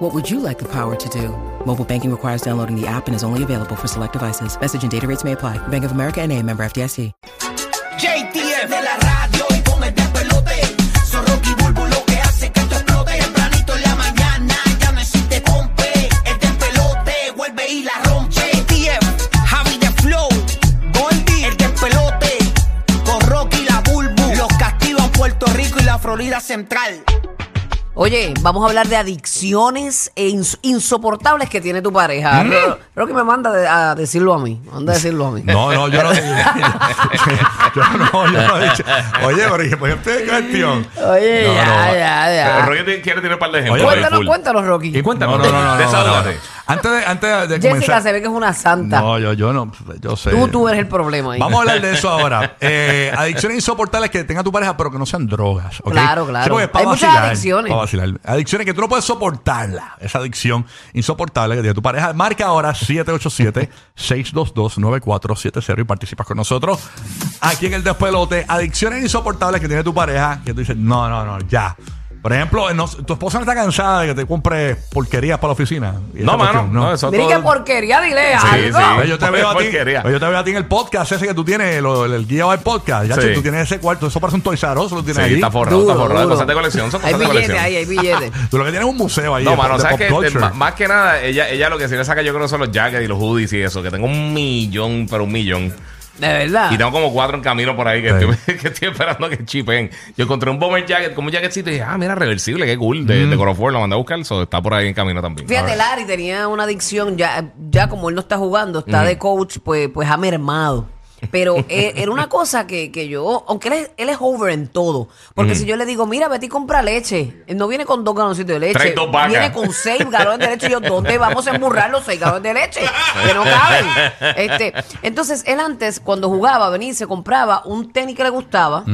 What would you like the power to do? Mobile banking requires downloading the app and is only available for select devices. Message and data rates may apply. Bank of America and a member FDIC. JTF de la radio y con el despelote. Son Rocky Bulbo lo que hace que esto explote. Tempranito en la mañana ya no existe compe. El despelote vuelve y la rompe. JTF, Javi de Flow, Goldie, el despelote. Con Rocky y la Bulbo. Los castigan Puerto Rico y la Florida Central. Oye, vamos a hablar de adicciones e ins- insoportables que tiene tu pareja. Mm. Ro- Rocky me manda de- a decirlo a mí. Manda a decirlo a mí. No, no, yo no. yo no, yo no he dicho. Oye, pero ¿por qué usted es cuestión? Oye, No, ya, no. ya, ya, Pero eh, Rocky te- quiere tirar un par de ejemplos. Oye, Ah. Cuéntanos, full. cuéntanos, Rocky. Y No, no, cuéntanos, no, no, no, no, no. desahógate. Antes de, antes de Jessica comenzar. se ve que es una santa. No, yo, yo no, yo sé. eh. tú, tú eres el problema ahí. Vamos a hablar de eso ahora. Eh, adicciones insoportables que tenga tu pareja, pero que no sean drogas. ¿ok? Claro, claro. Sí, porque es para Hay muchas vacilar, adicciones. para vacilar. Adicciones que tú no puedes soportarla. Esa adicción insoportable que tiene tu pareja. Marca ahora 787-622-9470 y participas con nosotros aquí en el despelote. Adicciones insoportables que tiene tu pareja que tú dices, no, no, no, ya. Por ejemplo, eh, no- tu esposa no está cansada de que te compre porquerías para la oficina. Y esa No, mano. cuestión, No, eso Mira todo- qué porquería, dile algo. sí. Oye, Pues yo te veo a ti. Porquería. oye, yo te veo a ti en el podcast ese que tú tienes, lo- el, el guía va al podcast. Ya Sí. che, tú tienes ese cuarto, eso parece un Toys R Us, lo tienes Sí, ahí. está forrado, Duro, está forrado. duro. Cosas de colección, son Hay cosas de billetes colección. ahí, hay billetes. Tú lo que tienes es un museo ahí. No, de- mano, de ¿sabes pop que eh, culture. Más que nada, ella, ella lo que sí le saca yo creo son los jackets y los hoodies y eso, que tengo un millón, pero un millón. De verdad. Y tengo como cuatro en camino por ahí que, Sí. estoy, que estoy esperando que chipen. Yo encontré un bomber jacket, como un jacketcito y dije, ah, mira, reversible, qué cool, de, de Corofor, lo mandé a buscar, so, está por ahí en camino también. Fíjate, Larry tenía una adicción, ya, ya como él no está jugando, está de coach, pues, pues ha mermado. Pero eh, era una cosa que, que yo, aunque él es, él es over en todo, porque si yo le digo, mira, vete y compra leche, él no viene con dos galoncitos de leche, Trae dos vacas. viene con seis galones de leche, y yo, ¿dónde vamos a emburrar los seis galones de leche? Que no caben. Este, entonces, él antes, cuando jugaba, venía y se compraba un tenis que le gustaba,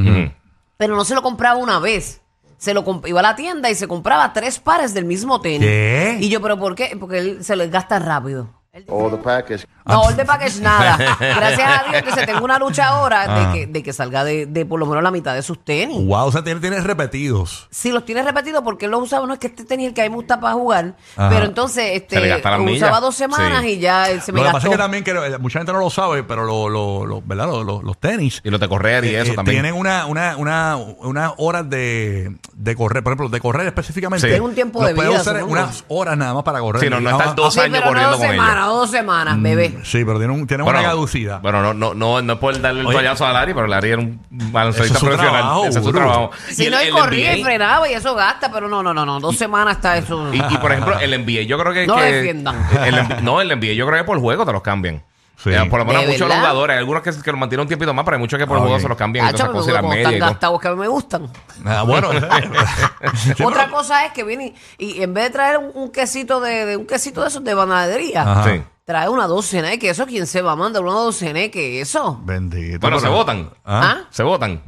pero no se lo compraba una vez. Se lo comp- iba a la tienda y se compraba tres pares del mismo tenis. ¿Qué? Y yo, ¿pero por qué? Porque él se les gasta rápido. All the package. No, Ah, all the package nada. Gracias a Dios, entonces tengo una lucha ahora Ah. de, que, de que salga de, de por lo menos la mitad de sus tenis. Wow, o sea, tienes, tienes repetidos. Si los tienes repetidos, porque él los usaba, no es que este tenis es el que a mí me gusta para jugar, Ajá. pero entonces este, Se le gastan las lo millas. usaba dos semanas Sí. y ya él se me lo que pasa gastó. es que también, que eh, mucha gente no lo sabe, pero lo- lo- lo- ¿verdad? Lo- lo- los tenis. Y los de correr y eh, eso eh, también. Tienen una, una, una, unas horas de, de correr, por ejemplo, de correr específicamente. Sí. Tiene un tiempo Los de puedes vida, usar supongo. unas horas nada más para correr. Sí, no, no Nada estás más- ah, dos sí, años pero no corriendo dos con Mm. semanas, ellos. dos semanas, bebé. Sí, pero tiene, un, tiene una caducidad. Bueno, no, no, no, no es por darle el Oye. payaso a Larry, pero Larry era un Ese baloncerista es su profesional. trabajo, Ese es su bro. trabajo. Si el- no, él el corría y NBA. frenaba y eso gasta, pero no, no, no, no, dos semanas está eso. Y, y, por ejemplo, el NBA, yo creo que. No que- defiendan. el NBA no, el NBA, yo creo que por juego te los cambian. Sí. Eh, por lo menos ¿De muchos verdad? jugadores, hay algunos que, que lo mantienen un tiempito más, pero hay muchos que por Ah, juego ok. se los cambian. y Hacho, todas esas pero cosas, y las como medias están y todo. gastados que a mí me gustan. Ah, bueno. Sí, Otra pero- cosa es que viene y, y en vez de traer un, un quesito de, de- un quesito de esos de panadería, Ajá. Sí. trae una docena de queso, ¿quién se va a mandar una docena de queso? Bendito. Bueno, se pero- votan. Ah. ¿Ah? Se votan.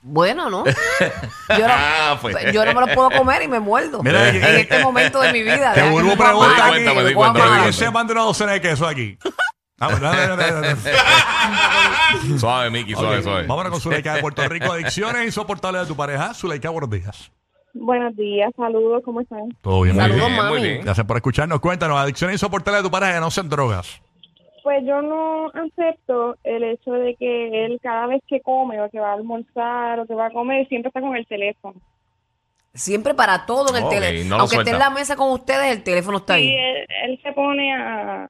Bueno, ¿no? Yo no, Ah, pues. yo no me lo puedo comer y me muerdo. Mira, en eh, este momento de mi vida. Te deja que vuelvo a me coma preguntar. mal, aquí. Me di cuenta, me di coma cuenta, me di mal. ¿Quién se manda una docena de queso aquí? Ah, bueno, dale, dale, dale, dale. Suave, Miki, suave, suave. Vámonos con Zuleika de Puerto Rico. Adicciones insoportables de tu pareja. Zuleika, buenos días. Buenos días, saludos, ¿cómo están? Todo bien, Saludos, muy bien, mami. muy bien. Gracias por escucharnos. Cuéntanos, adicciones insoportables de tu pareja que no sean drogas. Pues yo no acepto el hecho de que él cada vez que come o que va a almorzar o que va a comer siempre está con el teléfono. Siempre para todo en el Ok, teléfono. no lo Aunque esté en suelta. la mesa con ustedes, el teléfono está Sí, eh. ahí. él, él se pone a,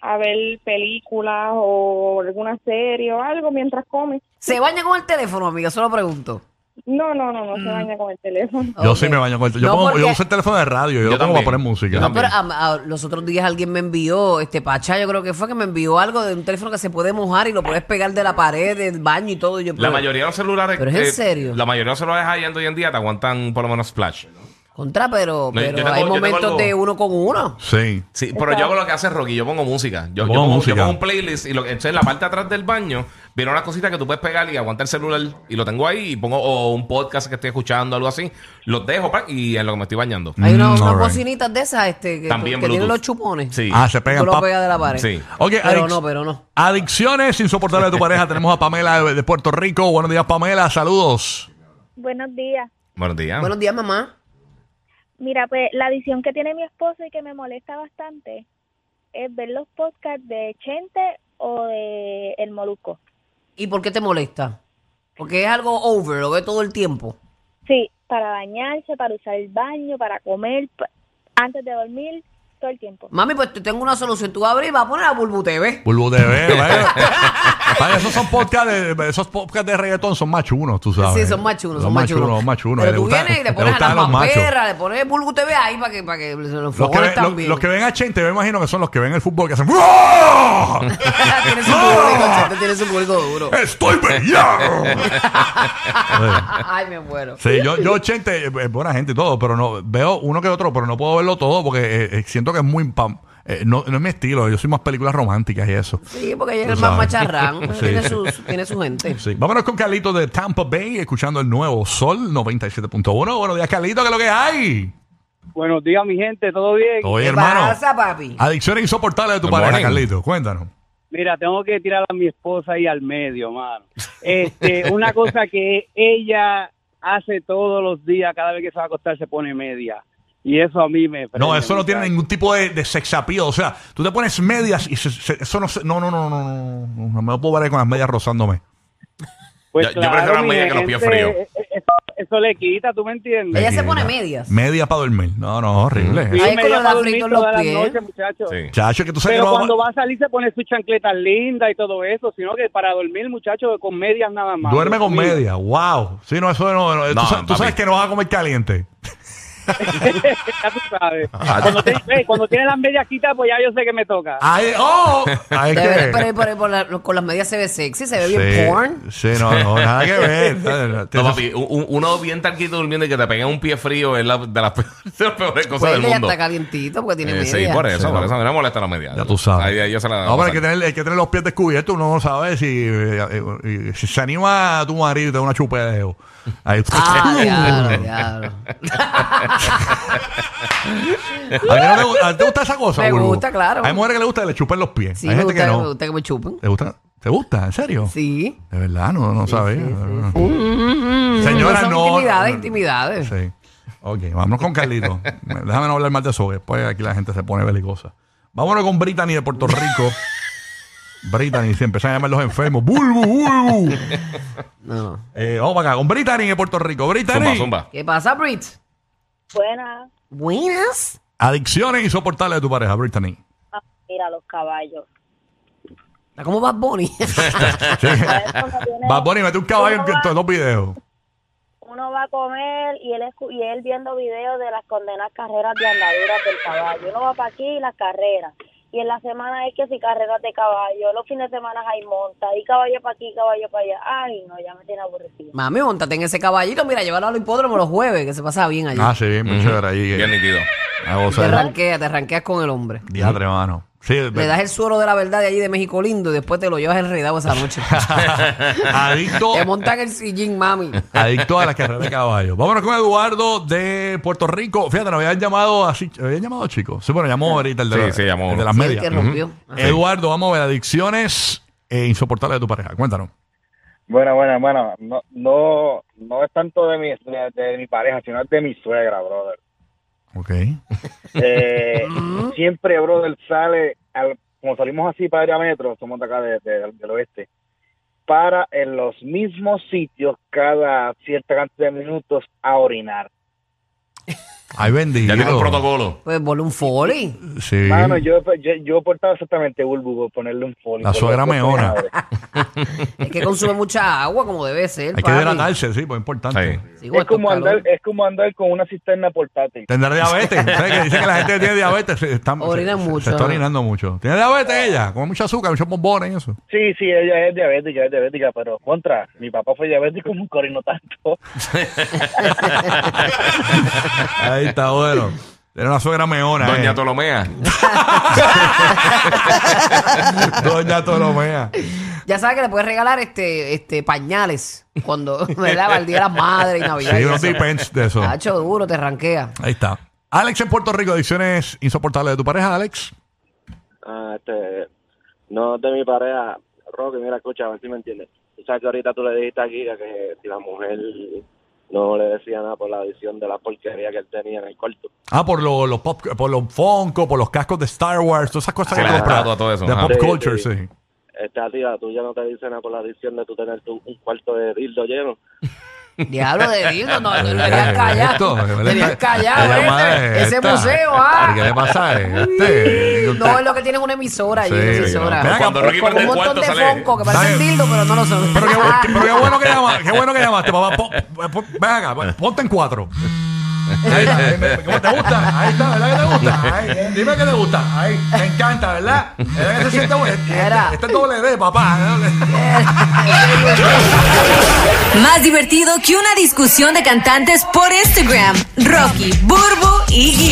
a ver películas o alguna serie o algo mientras come. ¿Se baña con el teléfono, amiga? Solo pregunto. No, no, no, no se baña con el teléfono. Yo Ok. sí me baño con el yo, No, pongo- yo porque- uso el teléfono de radio. Yo, lo Yo pongo también. para poner música. Yo No, también. pero a- a- los otros días alguien me envió, este Pacha, yo creo que fue que me envió algo de un teléfono que se puede mojar y lo puedes pegar de la pared, del baño y todo. y yo, La pero- mayoría de los celulares. Pero es en serio. La mayoría de los celulares high-end hoy en día te aguantan por lo menos splash. Contra, pero, No, yo pero tengo- hay yo tengo momentos algo- de uno con uno. Sí. Sí, pero yo hago lo que hace Rocky, yo pongo música. Yo, yo Pongo pongo, yo música. pongo un playlist y lo, entonces en la parte de atrás del baño viene una cosita que tú puedes pegar y aguantar el celular y lo tengo ahí y pongo o un podcast que estoy escuchando, algo así. Los dejo pa, y en lo que me estoy bañando. Hay una- Mm, unas alright. bocinitas de esas este, que, También que tienen Bluetooth. los chupones. Sí. Ah, se Tú pegan. lo pap- pegas de la pared. Sí. Ok, Pero adic- no, pero no. Adicciones insoportables de tu pareja. Tenemos a Pamela de de Puerto Rico. Buenos días, Pamela. Saludos. Buenos días. Buenos días. Buenos días, mamá. Mira, pues la adicción que tiene mi esposo y que me molesta bastante es ver los podcasts de Chente o de El Moluco. ¿Y por qué te molesta? Porque es algo over, lo ve todo el tiempo. Sí, para bañarse, para usar el baño, para comer, pa- antes de dormir, todo el tiempo. Mami, pues te tengo una solución. Tú abres y vas a poner a Bulbu TV. Bulbo TV. vaya. Vaya, esos son podcasts de, esos podcasts de reggaetón son machunos, tú sabes. Sí, son más chulos, son más chulos. Son machunos. Pero eh, Le tú gusta- vienes y le le pones a gustan la los machos. mampera, le pones Bulbu TV ahí para que, para que los Los que, fogones ven, lo- también. los que ven a Chente, me imagino que son los que ven el fútbol que hacen. "¡Ruah! tiene su público, Chente, tiene su público duro. ¡Estoy brillando! Ay, me muero. Sí, yo, yo Chente, eh, eh, buena gente y todo, pero no veo uno que otro, pero no puedo verlo todo porque eh, eh, siento que es muy. pam- eh, no, no es mi estilo, yo soy más películas románticas y eso. Sí, porque ella es Tú el más sabes. macharrán. Sí. Tiene, su, su- tiene su gente. Sí. Vámonos con Carlito de Tampa Bay, escuchando el nuevo Sol 97.1. Buenos días, Carlito, que es lo que hay. Buenos días, mi gente, ¿todo bien? Oye, ¿Qué hermano. pasa, papi? Adicciones insoportables de tu Good pareja, morning. Carlito. Cuéntanos. Mira, tengo que tirar a mi esposa ahí al medio, mano. Este, una cosa que ella hace todos los días, cada vez que se va a acostar se pone media. Y eso a mí me... No, prende, eso no tiene muchacho. ningún tipo de, de sexapío. O sea, tú te pones medias y se- se- eso no, se- no, no, no, no, no, no, no me lo puedo ver con las medias rozándome. Yo- yo prefiero las Pues mi medias que los pies gente, fríos. eh, eh, Eso, eso le quita, ¿tú me entiendes? Ella Sí, se pone mira. medias. Medias para dormir. No, no, horrible. Mm. Sí. Ahí con me los llama a dormir afritos en los todas las pies. noches, muchacho. Sí. Chacho, que tú sabes Pero que no cuando va a salir se pone sus chancletas lindas y todo eso, sino que para dormir, muchacho, con medias nada más. Duerme con Dios mío. medias. Wow. Sí, no, eso no. no, tú No, sa- tú, papi. sabes que no vas a comer caliente. ya tú sabes. Ah. Cuando, te- eh, cuando tiene las medias quitas, pues ya yo sé que me toca. Ahí, oh. Ahí Te que- ves, pero, pero- pero la- con las medias se ve sexy, se ve bien Sí, porn. Sí, no, no, nada que ver. No, papi, un- un- uno bien tarquito durmiendo y que te peguen un pie frío es la, de, las peores, de las peores cosas Pues del ella mundo. está calientito porque tiene Eh, medias. sí, por eso, Sí, por no. eso. No me molesta la media. Ya tú sabes. Ahí, ahí yo se la No, pero hay que, saco. tener, hay que tener los pies descubiertos. Uno no sabe si, eh, eh, eh, si se anima a tu marido y te da una chupea de dedo. Ahí Ah, diablo, diablo. ¿A ti no te, gu- a ti te gusta esa cosa? Me Bulbo? gusta, claro. Hay mujeres que le gusta que le chupen los pies. Sí, Hay me gente gusta, que me no. gusta que me chupen. ¿Te gusta? ¿Te gusta? ¿En serio? Sí. De verdad, no, no sabía. Son Señora, no. Intimidades, intimidades. Sí. Ok, vámonos con Carlito. Déjame no hablar más de eso, que después aquí la gente se pone belicosa. Vámonos con Brittany de Puerto Rico. Brittany, se empiezan a llamar los enfermos. ¡Bulbu, bulbu! No, no. Eh, vamos para acá, con Brittany de Puerto Rico. Brittany. Zumba, zumba. ¿Qué pasa, Brit? Buenas. Buenas. Adicciones insoportables de tu pareja, Brittany. Mira los caballos. Está como Bad Bunny. Sí. Bad Bunny, mete un caballo en todos los videos. uno va a comer y él escu- y él viendo videos de las condenadas carreras de andaduras del caballo. Uno va para aquí y las carreras. Y en la semana es que si carreras de caballo, los fines de semana hay monta, y caballo para aquí, caballo para allá. Ay, no, ya me tiene aburrido. Mami, montate en ese caballito. Mira, llévalo al hipódromo los jueves, que se pasa bien allí. Ah, sí, bien, muy chévere ahí. eh. Bien nítido. A te gozar. arranqueas, te arranqueas con el hombre. Diadre, mano. Sí, Le das el suero de la verdad de allí de México lindo y después te lo llevas enredado esa noche. adicto, te montan el sillín, mami. adicto a la carrera de caballo. Vámonos con Eduardo de Puerto Rico. Fíjate, nos habían llamado así, habían llamado chico. Sí, bueno, llamó ahorita el de, Sí, la- sí, llamó el de uno. las Sí, el medias. que rompió. Ajá. Eduardo, vamos a ver adicciones eh, insoportables de tu pareja. Cuéntanos. Bueno, bueno, bueno, no, no, no es tanto de mi, de, de mi pareja, sino es de mi suegra, brother. Ok. Eh, siempre, brother, sale, al, como salimos así para ir a metro, somos de acá de- de- del oeste, para en los mismos sitios cada cierta cantidad de minutos a orinar. Ay, bendito. Ya tiene un protocolo. Pues ponle un folly. Sí. Mano, yo, yo, yo he portado exactamente bulbo por ponerle un folio. La por suegra por- me ora. madre. Es que consume mucha agua, como debe ser. Hay que papi. hidratarse, sí, pues importante. Sí. Sí, con Es estos como, andar, calores. es como andar con una cisterna portátil. Tendrá diabetes. ¿Sabes que dicen que la gente que tiene diabetes se, están, Orina se- se- mucho, se está ¿no? orinando mucho. ¿Tiene diabetes ella? Come mucho azúcar, muchos bombones y eso. Sí, sí, ella es diabética, es diabética, pero contra, mi papá fue diabético, nunca orinó tanto. Ay, Está bueno. Era una suegra meona. Doña eh. Ptolomea. Doña Tolomea. Ya sabes que le puedes regalar este, este pañales cuando me daba el día de las madres y Navidad. Sí, y unos eso. depends de eso. Tacho, duro, te ranquea. Ahí está. Alex en Puerto Rico, adicciones insoportables de tu pareja, Alex. Ah, este, no de mi pareja, Rocky, mira, escucha, a ver si me entiendes. Tú sabes que ahorita tú le dijiste aquí que si la mujer no le decía nada por la visión de la porquería que él tenía en el cuarto. Ah, por, lo- los pop, por los Funko, por los cascos de Star Wars, todas esas cosas Se que la compras. estatua, todo eso, De ajá. pop Sí, culture, sí. sí. Esta tía tuya no te dice nada por la visión de tú tener tu, un cuarto de dildo lleno. Diablo de Dios, no, no, deberías callar. Eh, Esto, ¿verdad? Deberías Esta callar, llamada ¿eh? es Ese esta. museo, ah. Mm, ¿Qué le pasa? eh? Este, No, es lo que tiene una emisora allí, Sí, una sí, emisora. no. Ven acá, Cuando Rocky Con parte un el montón cuarto de sale. fonco que parecen Dale. dildo, pero no lo son. Pero qué, bu- pero qué bueno que llamaste, qué bueno que llamaste, papá. Po- po- ven acá, po- ponte en cuatro. Ahí está, ahí me- ¿Cómo te gusta? Ahí está, ¿verdad que te gusta? Ahí, eh, dime que te gusta. Ahí, te encanta, ¿verdad? ¿Verdad que se siente bueno? Este, Era. este es doble D, papá. ¿eh? Más divertido que una discusión de cantantes por Instagram. Rocky, Burbu y Giga.